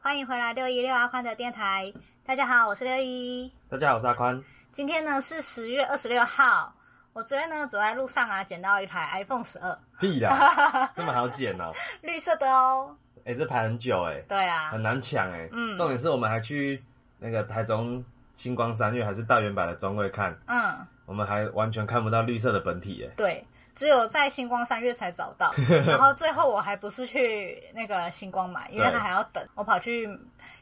欢迎回来六一六阿宽的电台。大家好，我是六一。大家好，我是阿宽。今天呢是十月二十六号。我昨天呢走在路上啊，捡到一台 iPhone 十二，屁 啦，这么好剪哦、绿色的哦。哎、这排很久哎、对啊，很难抢哎、嗯重点是我们还去那个台中星光三月还是大圆柏的中位看，嗯，我们还完全看不到绿色的本体哎、对，只有在星光三月才找 到。然后最后我还不是去那个星光买，因为对它还要等。我跑去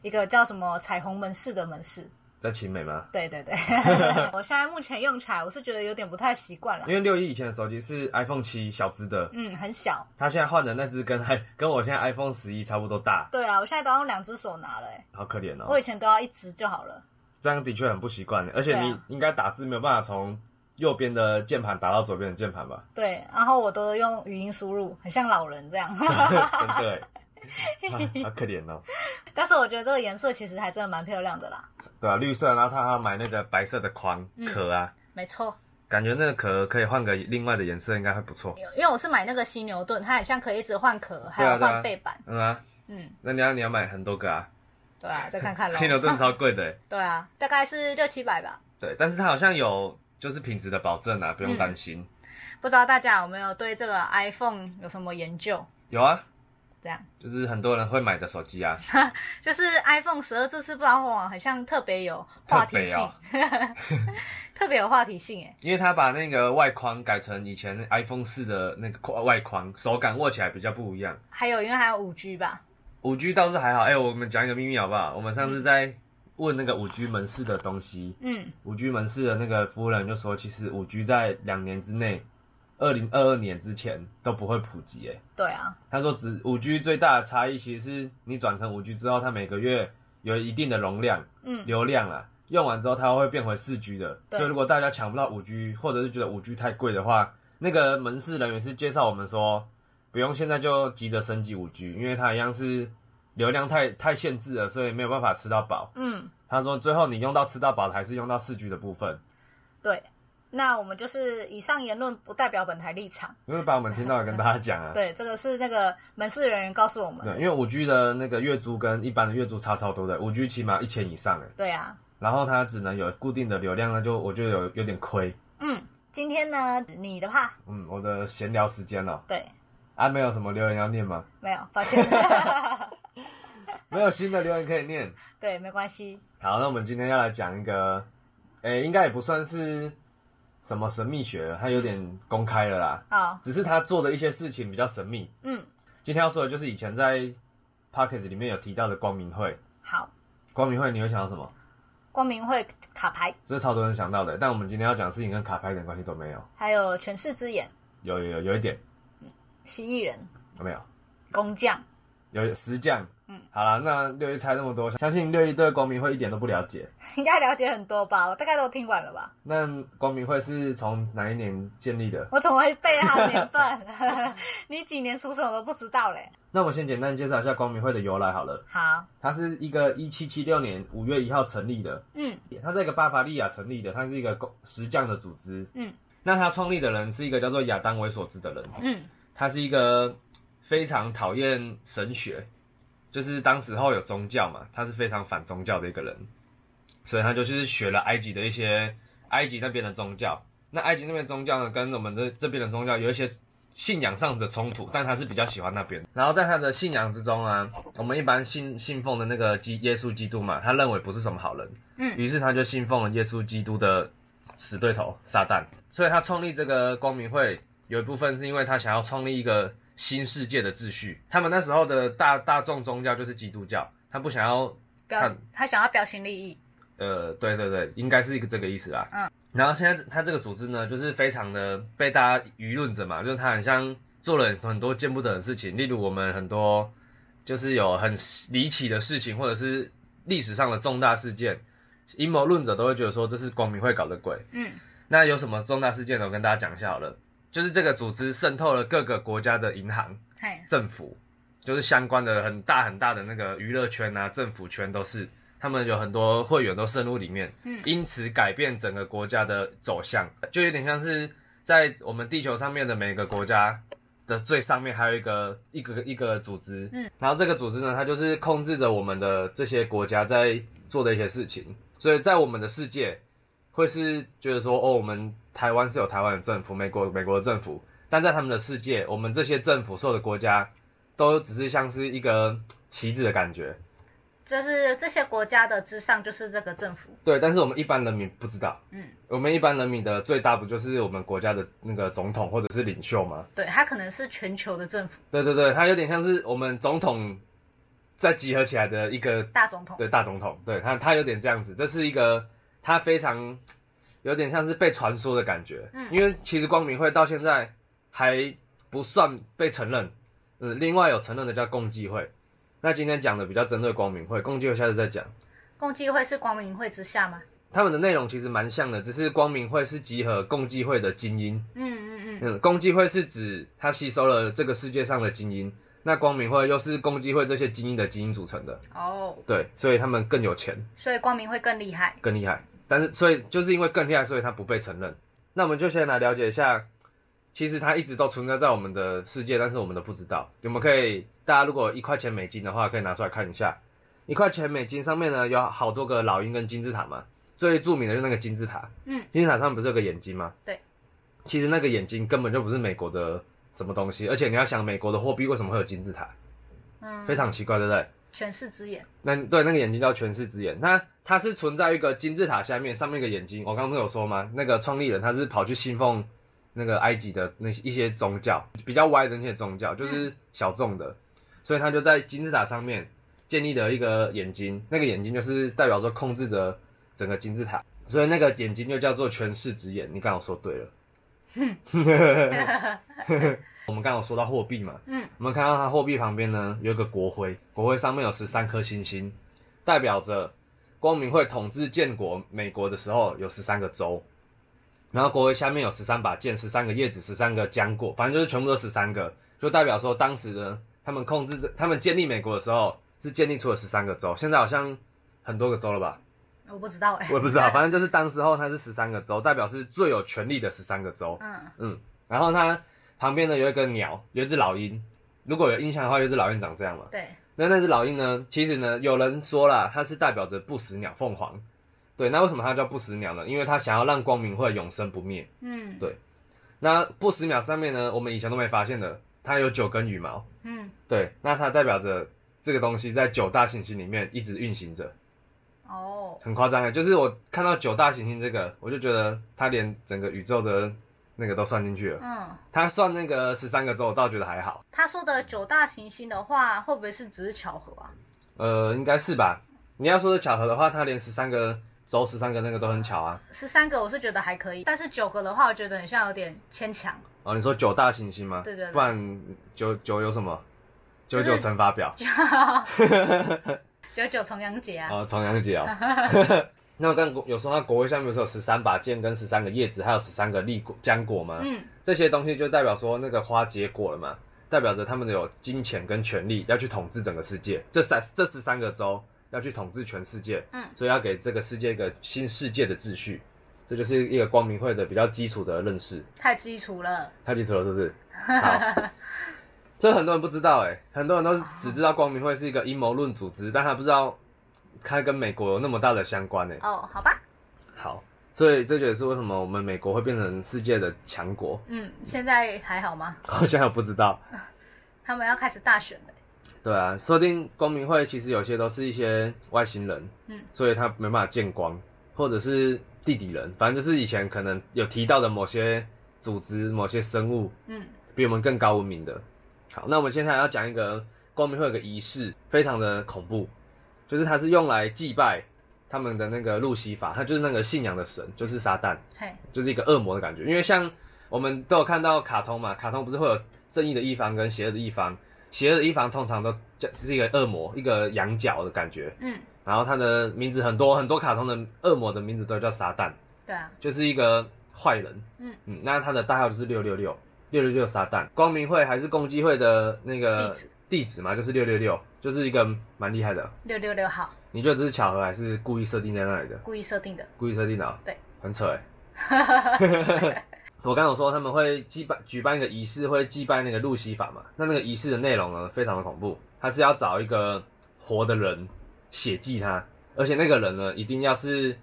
一个叫什么彩虹门市的门市。在晴美吗？对 对对，我现在目前用起来，我是觉得有点不太习惯了因。为六一以前的手机是 iPhone 七小只的，嗯，很小。它现在换的那只跟 还跟我现在 iPhone 十一差不多大，对啊，我现在都要用两只手拿了、欸，好可怜哦、我以前都要一只就好了。这样的确很不习惯欸，而且对啊你应该打字没有办法从右边的键盘打到左边的键盘吧？ 对，然后我都用语音输入，很像老人这样。 真 的欸，啊好可怜哦。但是我觉得这个颜色其实还真的蛮漂亮的啦。对啊，绿色，然后他还要买那个白色的框嗯壳啊，没错，感觉那个壳可以换个另外的颜色，应该会不错。因为我是买那个犀牛盾，它好像可以一直换壳，还对啊有对啊换背板。嗯啊，嗯，那你要你要买很多个啊，对啊，再看看咯。犀牛盾超贵的 欸，对啊，大概是六七百吧。对，但是它好像有就是品质的保证啊，不用担心。嗯不知道大家有没有对这个 iPhone 有什么研究？有啊，这样就是很多人会买的手机啊， 就是 iPhone 十二这次不知道为什么好像特别有话特题别性，哦， 特别有话题性哎、因为他把那个外框改成以前 iPhone 四的那个框外框，手感握起来比较不一样。还有因为还有五 G 吧，五 G 倒是还好，哎、我们讲一个秘密好不好？我们上次在问那个五 G 门市的东西，嗯，五 G 门市的那个服务人员就说，其实五 G 在两年之内，二零二二年之前都不会普及。哎，对啊，他说只五 G 最大的差异其实是你转成五 G 之后，它每个月有一定的容量、嗯流量啊，用完之后它会变回四 G 的。对所以如果大家抢不到五 G，或者是觉得五 G 太贵的话，那个门市人员是介绍我们说，不用现在就急着升级五 G，因为它一样是流量太太限制了，所以没有办法吃到饱。嗯，他说最后你用到吃到饱的还是用到四 G 的部分。对。那我们就是以上言论不代表本台立场，就是把我们听到的跟大家讲啊。对，这个是那个门市人员告诉我们，对，因为五 G 的那个月租跟一般的月租差超多的，五 G 起码一千以上哎，对啊，然后它只能有固定的流量，那就我觉得有有点亏。嗯，今天呢，你的怕，嗯，我的闲聊时间哦，对，啊，没有什么留言要念吗？没有，抱 歉，没有新的留言可以念。对，没关系，好，那我们今天要来讲一个，诶，应该也不算是什么神秘学了，它有点公开了啦，好，只是他做的一些事情比较神秘。嗯，今天要说的就是以前在 p o c k e t 里面有提到的光明会。好，光明会你会想到什么？光明会卡牌，这是超多人想到的，但我们今天要讲的事情跟卡牌一点关系都没有。还有权势之眼、有有有有一点蜥蜴人、没有，工匠，有石匠。嗯嗯，好了，那六一猜那么多，相信六一对光明会一点都不了解。应该了解很多吧？我大概都听完了吧？那光明会是从哪一年建立的？我怎么会背好年份？ 你几年属什么都不知道嘞？那我先简单介绍一下光明会的由来好了。好，它是一个一七七六年五月一号成立的，嗯它在一个巴伐利亚成立的，它是一个工石匠的组织。嗯那它创立的人是一个叫做亚当·维索兹的人。嗯他是一个非常讨厌神学，就是当时候有宗教嘛，他是非常反宗教的一个人，所以他就是学了埃及的一些埃及那边的宗教。那埃及那边宗教呢，跟我们这这边的宗教有一些信仰上的冲突，但他是比较喜欢那边。然后在他的信仰之中啊，我们一般信信奉的那个基耶稣基督嘛，他认为不是什么好人，嗯于是他就信奉了耶稣基督的死对头撒旦。所以他创立这个光明会，有一部分是因为他想要创立一个新世界的秩序。他们那时候的大大众宗教就是基督教，他不想要表看他想要表现利益，呃，对对对，应该是一个这个意思啦。嗯。然后现在他这个组织呢，就是非常的被大家舆论着嘛，就是他很像做了很多见不得人的事情，例如我们很多就是有很离奇的事情，或者是历史上的重大事件，阴谋论者都会觉得说这是光明会搞的鬼。嗯那有什么重大事件呢？我跟大家讲一下好了，就是这个组织渗透了各个国家的银行、嘿，政府，就是相关的很大很大的那个娱乐圈啊、政府圈都是，他们有很多会员都渗入里面，嗯因此改变整个国家的走向，就有点像是在我们地球上面的每个国家的最上面还有一个一个一个组织，嗯，然后这个组织呢，它就是控制着我们的这些国家在做的一些事情，所以在我们的世界会是觉得说，哦，我们台湾是有台湾的政府，美国有美国的政府，但在他们的世界，我们这些政府所有的国家都只是像是一个旗帜的感觉，就是这些国家的之上就是这个政府，对，但是我们一般人民不知道，嗯，我们一般人民的最大不就是我们国家的那个总统或者是领袖吗？对，它可能是全球的政府对对对，他有点像是我们总统再集合起来的一个大总统，对大总统，对他他有点这样子，这是一个他非常有点像是被传说的感觉，嗯因为其实光明会到现在还不算被承认，嗯，另外有承认的叫共济会，那今天讲的比较针对光明会，共济会下次再讲。共济会是光明会之下吗？他们的内容其实蛮像的，只是光明会是集合共济会的精英，嗯嗯嗯，嗯，共济会是指它吸收了这个世界上的精英，那光明会又是共济会这些精英的精英组成的，哦，对，所以他们更有钱，所以光明会更厉害。更厉害。但是，所以就是因为更厉害，所以它不被承认。那我们就先来了解一下，其实它一直都存在在我们的世界，但是我们都不知道。我们可以，大家如果有一块钱美金的话，可以拿出来看一下。一块钱美金上面呢有好多个老鹰跟金字塔嘛，最著名的就是那个金字塔。嗯，金字塔上不是有个眼睛吗？对。其实那个眼睛根本就不是美国的什么东西，而且你要想美国的货币为什么会有金字塔，嗯，非常奇怪，对不对？权势之眼，那对那个眼睛叫全视之眼，那它是存在一个金字塔下面，上面一个眼睛。我刚刚不是有说吗？那个创立人他是跑去信奉那个埃及的那些一些宗教，比较歪的那些宗教，就是小众的，所以他就在金字塔上面建立了一个眼睛，那个眼睛就是代表说控制着整个金字塔，所以那个眼睛就叫做全视之眼。你刚好说对了， 我们刚好说到货币嘛，嗯，我们看到它货币旁边呢有一个国徽，国徽上面有十三颗星星，代表着光明会统治建国美国的时候有十三个州，然后国徽下面有十三把剑、十三个叶子、十三个浆果，反正就是全部都十三个，就代表说当时呢他们控制着他们建立美国的时候是建立出了十三个州，现在好像很多个州了吧？我不知道哎、我也不知道，反正就是当时候它是十三个州，代表是最有权力的十三个州。嗯，然后它旁边呢有一个鸟，有一只老鹰。如果有印象的话，有一只老鹰长这样嘛。对，那那只老鹰呢，其实呢，有人说啦，它是代表着不死鸟凤凰。对，那为什么它叫不死鸟呢？因为它想要让光明会永生不灭。嗯那不死鸟上面呢，我们以前都没发现的，它有九根羽毛。嗯，对，那它代表着这个东西在九大行星里面一直运行着，哦，很夸张哎。就是我看到九大行星这个，我就觉得它连整个宇宙的那个都算进去了。嗯，它算那个十三个之后，我倒觉得还好。他说的九大行星的话，会不会是只是巧合啊？呃，应该是吧。你要说是巧合的话，它连十三个周十三个那个都很巧啊。十三个我是觉得还可以，但是九个的话，我觉得很像有点牵强，哦，你说九大行星吗？对对对不然九九有什么？九就是九乘法表，九九重阳节啊，啊，重阳 节哦。那我刚刚有说它国徽下面不是有十三把剑跟十三个叶子，还有十三个栗果浆果吗？嗯，这些东西就代表说那个花结果了嘛，代表着他们有金钱跟权力要去统治整个世界，这三这十三个州要去统治全世界，嗯所以要给这个世界一个新世界的秩序，这就是一个光明会的比较基础的认识，太基础了，太基础了是不是？好，这很多人不知道哎、很多人都只知道光明会是一个阴谋论组织，但他不知道它跟美国有那么大的相关哎、哦，好吧，好，所以这就也是为什么我们美国会变成世界的强国，嗯，现在还好吗？好像我不知道。他们要开始大选了，对啊，说不定光明会其实有些都是一些外星人，嗯，所以他没办法见光，或者是地底人，反正就是以前可能有提到的某些组织、某些生物嗯，比我们更高文明的。好，那我们现在要讲一个光明会有个仪式，非常的恐怖，就是它是用来祭拜他们的那个路西法，他就是那个信仰的神，就是撒旦，嘿，就是一个恶魔的感觉。因为像我们都有看到卡通嘛，卡通不是会有正义的一方跟邪恶的一方，邪恶的一方通常都就是一个恶魔，一个羊角的感觉。嗯，然后他的名字很多很多卡通的恶魔的名字都叫撒旦，对啊，就是一个坏人。嗯嗯，那他的代号就是六六六，六六六撒旦。光明会还是共济会的那个地址地址嘛，就是六六六，就是一个蛮厉害的。六六六号，你觉得这是巧合还是故意设定在那里的？哦故意设定的，故意设定的、对，很扯哎、欸我刚刚有说他们会祭拜举办一个仪式，会祭拜那个路西法嘛。那那个仪式的内容呢，非常的恐怖，他是要找一个活的人血祭他，而且那个人呢，一定要是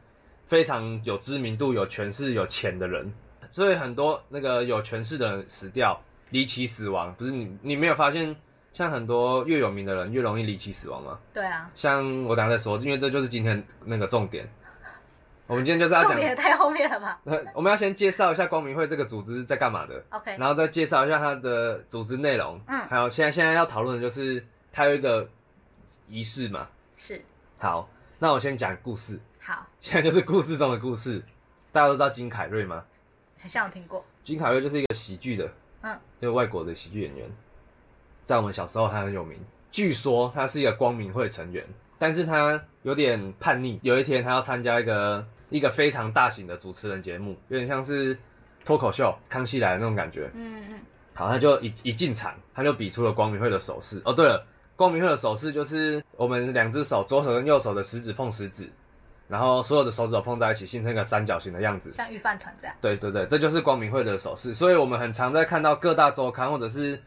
非常有知名度、有权势、有钱的人。所以很多那个有权势的人死掉，离奇死亡，不是你你没有发现，像很多越有名的人越容易离奇死亡吗？对啊，像我等一下再说，因为这就是今天那个重点。我们今天就是要重讲点也太后面了吧那我们要先介绍一下光明会这个组织在干嘛的， ？OK，然后再介绍一下它的组织内容。嗯还有现在现在要讨论的就是它有一个仪式嘛。是好，那我先讲故事，好，现在就是故事中的故事。大家都知道金凯瑞吗？很像有听过，金凯瑞就是一个喜剧的，嗯，就是外国的喜剧演员，在我们小时候他很有名。据说他是一个光明会成员，但是他有点叛逆。有一天他要参加一个一个非常大型的主持人节目，有点像是脱口秀《康熙来了》那种感觉。嗯嗯，好，他就一一进场，他就比出了光明会的手势。哦，对了，光明会的手势就是我们两只手，左手跟右手的食指碰食指，然后所有的手指头碰在一起，形成一个三角形的样子。像御饭团这样，对对对，这就是光明会的手势。所以我们很常在看到各大周刊或者是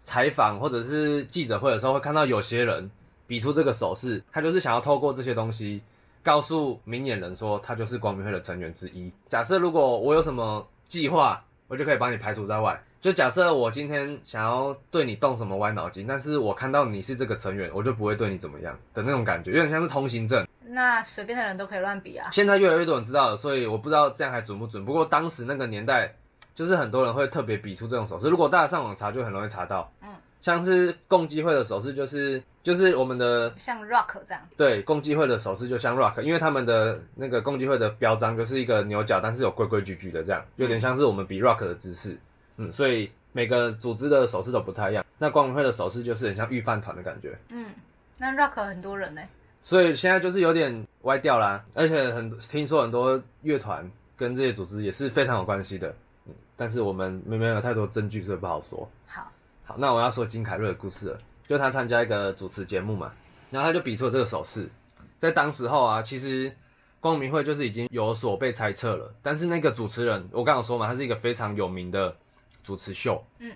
采访或者是记者会的时候，会看到有些人比出这个手势，他就是想要透过这些东西告诉明眼人说他就是光明会的成员之一。假设如果我有什么计划，我就可以把你排除在外。就假设我今天想要对你动什么歪脑筋，但是我看到你是这个成员，我就不会对你怎么样的那种感觉，有点像是通行证。那随便的人都可以乱比啊。现在越来越多人知道了，所以我不知道这样还准不准。不过当时那个年代，就是很多人会特别比出这种手势。如果大家上网查，就很容易查到。嗯，像是共济会的手势，就是就是我们的像 rock 这样，对共济会的手势，就像 rock，因为他们的那个共济会的标章就是一个牛角，但是有规规矩矩的这样，有点像是我们比 rock 的姿势。嗯，所以每个组织的手势都不太一样。那光明会的手势就是很像御饭团的感觉。嗯，那 rock 很多人呢、所以现在就是有点歪掉啦，而且很听说很多乐团跟这些组织也是非常有关系的，嗯但是我们没没有太多证据，所以不好说。好，好，那我要说金凯瑞的故事了，就他参加一个主持节目嘛，然后他就比出了这个手势，在当时候啊，其实光明会就是已经有所被猜测了，但是那个主持人，我刚有说嘛，他是一个非常有名的主持秀，嗯，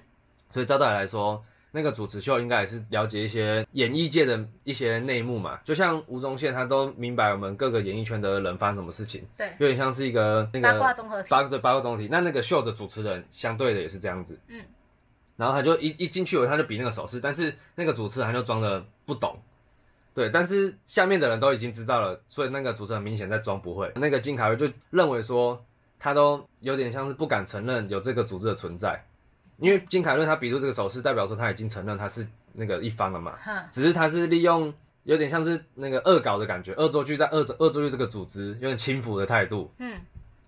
所以照道理来说，那个主持秀应该也是了解一些演艺界的一些内幕嘛，就像吴宗宪他都明白我们各个演艺圈的人发生什么事情，对，有点像是一个那个八卦综合体八对八卦总体。那那个秀的主持人相对的也是这样子，嗯，然后他就一一进去以后，他就比那个手势，但是那个主持人他就装的不懂，对，但是下面的人都已经知道了，所以那个主持人明显在装不会。那个金凯瑞就认为说，他都有点像是不敢承认有这个组织的存在，因为金凯瑞他比出这个手势，代表说他已经承认他是那个一方了嘛，哼，只是他是利用有点像是那个恶搞的感觉，恶作剧在恶作恶作剧这个组织有点轻浮的态度，嗯，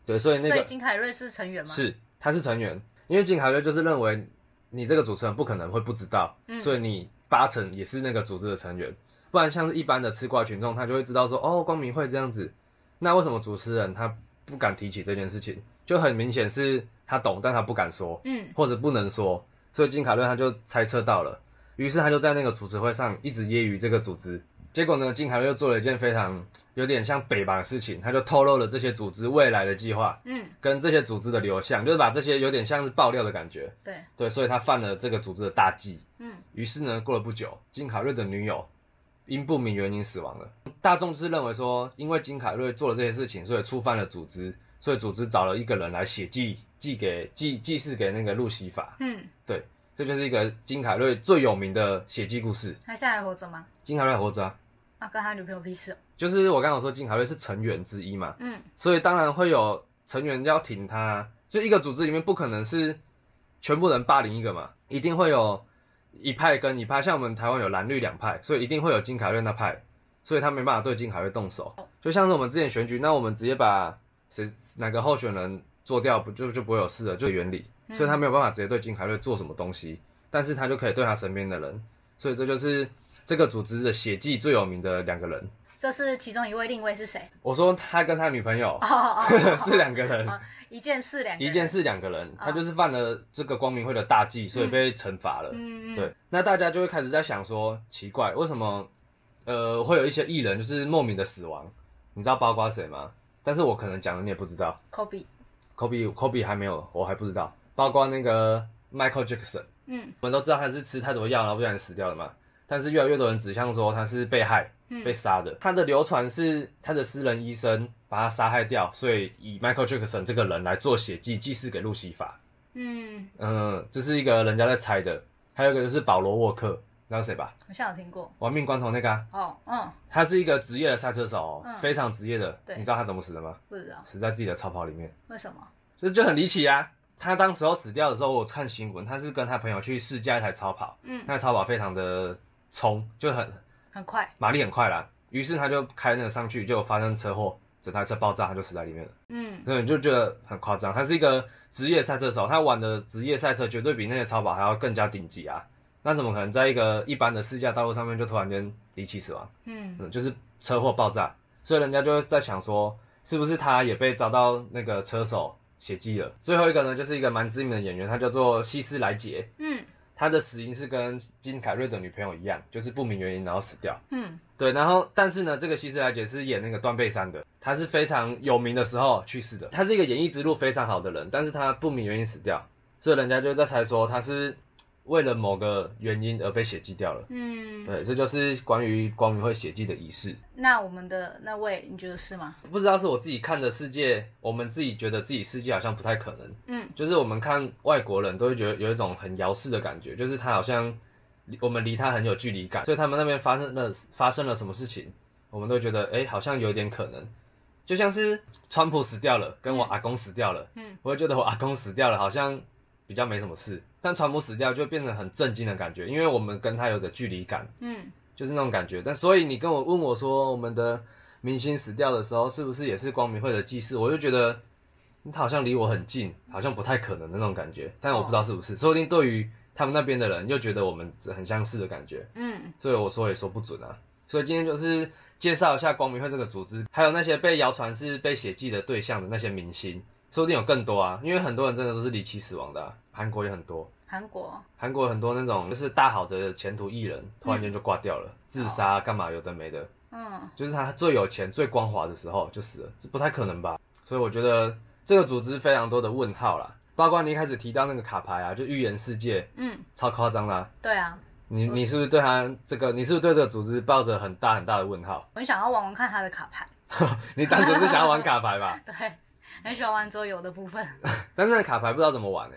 对，所以那所以个金凯瑞是成员吗？，是他是成员，因为金凯瑞就是认为你这个主持人不可能会不知道，嗯所以你八成也是那个组织的成员，不然像是一般的吃瓜群众，他就会知道说哦，光明会这样子，那为什么主持人他不敢提起这件事情？就很明显是他懂，但他不敢说，嗯，或者不能说，所以金凯瑞他就猜测到了，于是他就在那个主持会上一直揶揄这个组织。结果呢，金凯瑞又做了一件非常有点像北吧的事情，他就透露了这些组织未来的计划，嗯，跟这些组织的流向，就是把这些有点像是爆料的感觉。对，对，所以他犯了这个组织的大忌。嗯，于是呢，过了不久，金凯瑞的女友因不明原因死亡了。大众是认为说，因为金凯瑞做了这些事情，所以触犯了组织，所以组织找了一个人来写祭祭给祭祭祀给那个路西法。嗯，这就是一个金凯瑞最有名的血祭故事。他现在还活着吗？金凯瑞还活着、啊，啊，跟他女朋友屁事哦、就是我刚刚有说金凯瑞是成员之一嘛，嗯，所以当然会有成员要挺他。就一个组织里面不可能是全部人霸凌一个嘛，一定会有一派跟一派。像我们台湾有蓝绿两派，所以一定会有金凯瑞那派，所以他没办法对金凯瑞动手。就像是我们之前选举，那我们直接把谁哪个候选人做掉，不就就不会有事了，就原理。所以他没有办法直接对金凯瑞做什么东西，但是他就可以对他身边的人。所以这就是这个组织的血迹最有名的两个人。这是其中一位，另一位是谁？ 我说他跟他女朋友哦哦， 是两个人。哦一件事两个人嗯一件，事两个人，他就是犯了这个光明会的大忌，所以被惩罚了。嗯，嗯，对，那大家就会开始在想说，奇怪，为什么呃会有一些艺人就是莫名的死亡？你知道包括谁吗？但是我可能讲了你也不知道。科比，科比科比还没有，我还不知道。包括那个 Michael Jackson，嗯我们都知道他是吃太多药然后不小心死掉的嘛。但是越来越多人指向说他是被害、嗯被杀的。他的流传是他的私人医生把他杀害掉，所以以 Michael Jackson 这个人来做血祭，祭祀给路西法。嗯，嗯，这是一个人家在猜的。还有一个就是保罗沃克，你知道谁吧？好像有听过。亡命关头那个、啊，哦，嗯，他是一个职业的赛车手、哦，嗯非常职业的。对你知道他怎么死的吗？不知道死在自己的超跑里面。为什么。所以就很离奇啊。他当时候死掉的时候，我看新闻，他是跟他朋友去试驾一台超跑，嗯那台超跑非常的冲，就很很快。马力很快啦。于是他就开那个上去，就发生车祸，整台车爆炸，他就死在里面了。嗯，所以你就觉得很夸张。他是一个职业赛车手，他玩的职业赛车绝对比那些超跑还要更加顶级啊。那怎么可能在一个一般的试驾道路上面就突然间离奇死亡？嗯，嗯，就是车祸爆炸，所以人家就会在想说，是不是他也被遭到那个车手血迹了？最后一个呢，就是一个蛮知名的演员，他叫做希斯莱杰，嗯，他的死因是跟金凯瑞的女朋友一样，就是不明原因然后死掉。嗯，对，然后但是呢，这个希斯莱杰是演那个断背山的，他是非常有名的时候去世的，他是一个演艺之路非常好的人，但是他不明原因死掉，所以人家就在猜说他是为了某个原因而被血迹掉了。嗯。对，这就是关于光明会血迹的仪式。那我们的那位，你觉得是吗？不知道是我自己看的世界，我们自己觉得自己世界好像不太可能。嗯，就是我们看外国人都会觉得有一种很遥视的感觉，就是他好像离我们离他很有距离感，所以他们那边发生了发生了什么事情，我们都觉得哎、诶好像有点可能。就像是川普死掉了，跟我阿公死掉了，嗯，我会觉得我阿公死掉了好像比较没什么事，但川普死掉就变成很震惊的感觉，因为我们跟他有的距离感，嗯，就是那种感觉。但所以你跟我问我说，我们的明星死掉的时候，是不是也是光明会的祭祀？我就觉得他好像离我很近，好像不太可能的那种感觉。但我不知道是不是，说不定对于他们那边的人又觉得我们很相似的感觉，嗯，所以我说也说不准啊。所以今天就是介绍一下光明会这个组织，还有那些被谣传是被血祭的对象的那些明星，说不定有更多啊，因为很多人真的都是离奇死亡的、啊，韩国也很多。韩国，韩国很多那种就是大好的前途艺人，突然间就挂掉了，自杀干嘛有的没的，嗯就是他最有钱、最光滑的时候就死了，这不太可能吧？所以我觉得这个组织非常多的问号啦，包括你一开始提到那个卡牌啊，就预言世界，嗯，超夸张啦。对啊，你你是不是对他这个，你是不是对这个组织抱着很大很大的问号？我很想要玩玩看他的卡牌，你单纯是想要玩卡牌 吧？对，很喜欢玩桌游的部分，但那个卡牌不知道怎么玩哎、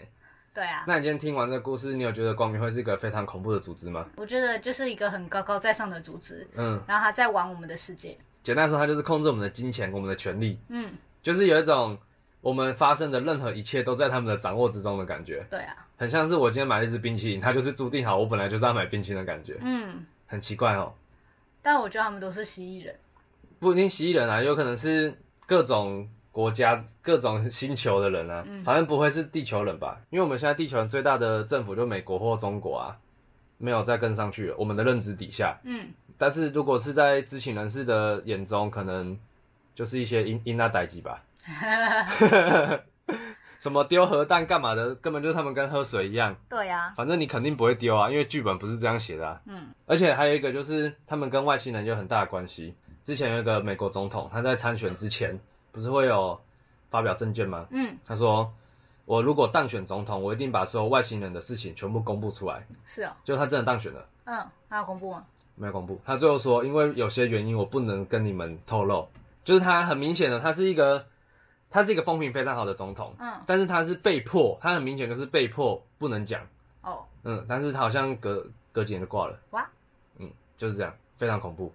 对啊，那你今天听完这个故事，你有觉得光明会是一个非常恐怖的组织吗？我觉得就是一个很高高在上的组织，嗯，然后他在玩我们的世界，简单说，它就是控制我们的金钱、我们的权利。嗯，就是有一种我们发生的任何一切都在他们的掌握之中的感觉，对啊，很像是我今天买了一支冰淇淋，它就是注定好，我本来就是要买冰淇淋的感觉，嗯，很奇怪哦。但我觉得他们都是蜥蜴人，不一定蜥蜴人啊，有可能是各种国家、各种星球的人啊，反正不会是地球人吧？因为我们现在地球人最大的政府就美国或中国啊，没有再跟上去了，我们的认知底下。嗯但是如果是在知情人士的眼中，可能就是一些因因那代际吧， 什么丢核弹干嘛的，根本就是他们跟喝水一样，对啊，反正你肯定不会丢啊，因为剧本不是这样写的、啊。嗯，而且还有一个就是他们跟外星人有很大的关系。之前有一个美国总统，他在参选之前不是会有发表证件吗？嗯，他说：“我如果当选总统，我一定把所有外星人的事情全部公布出来。是哦，”就他真的当选了。嗯，还有公布吗？没有公布。他最后说，因为有些原因我不能跟你们透露，就是他很明显的，他是一个他是一个风评非常好的总统，嗯，但是他是被迫，他很明显就是被迫不能讲，哦，嗯，但是他好像隔隔几年就挂了，哇，嗯，就是这样，非常恐怖，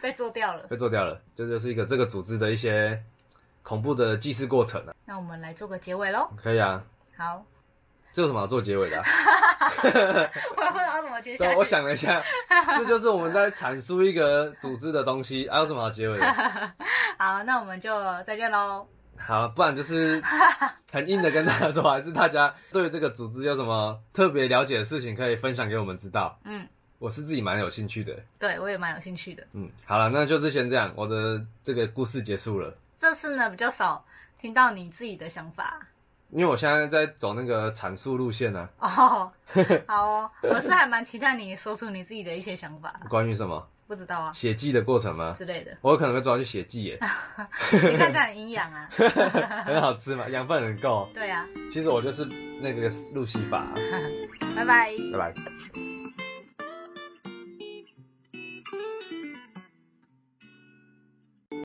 被做掉了，被做掉了，这就是一个这个组织的一些恐怖的祭祀过程啊，那我们来做个结尾喽，可以啊，好，这有什么好做结尾的啊、 我也不知道怎么接下对，去，我想了一下，这就是我们在阐述一个组织的东西，还、啊有什么好结尾的？ 好，那我们就再见喽。好，不然就是很硬的跟大家说，还是大家对于这个组织有什么特别了解的事情，可以分享给我们知道。嗯，我是自己蛮有兴趣的。对我也蛮有兴趣的。嗯，好了，那就是先这样，我的这个故事结束了。这次呢比较少听到你自己的想法因为我现在在走那个阐述路线啊呢、 哦。好哦，我是还蛮期待你说出你自己的一些想法啊，，关于什么？不知道啊血祭的过程吗？之类的。 我有可能会抓去血祭耶，你看这样很营养啊。很好吃嘛，养分很够。对啊，其实我就是那个路西法啊、拜拜。拜拜。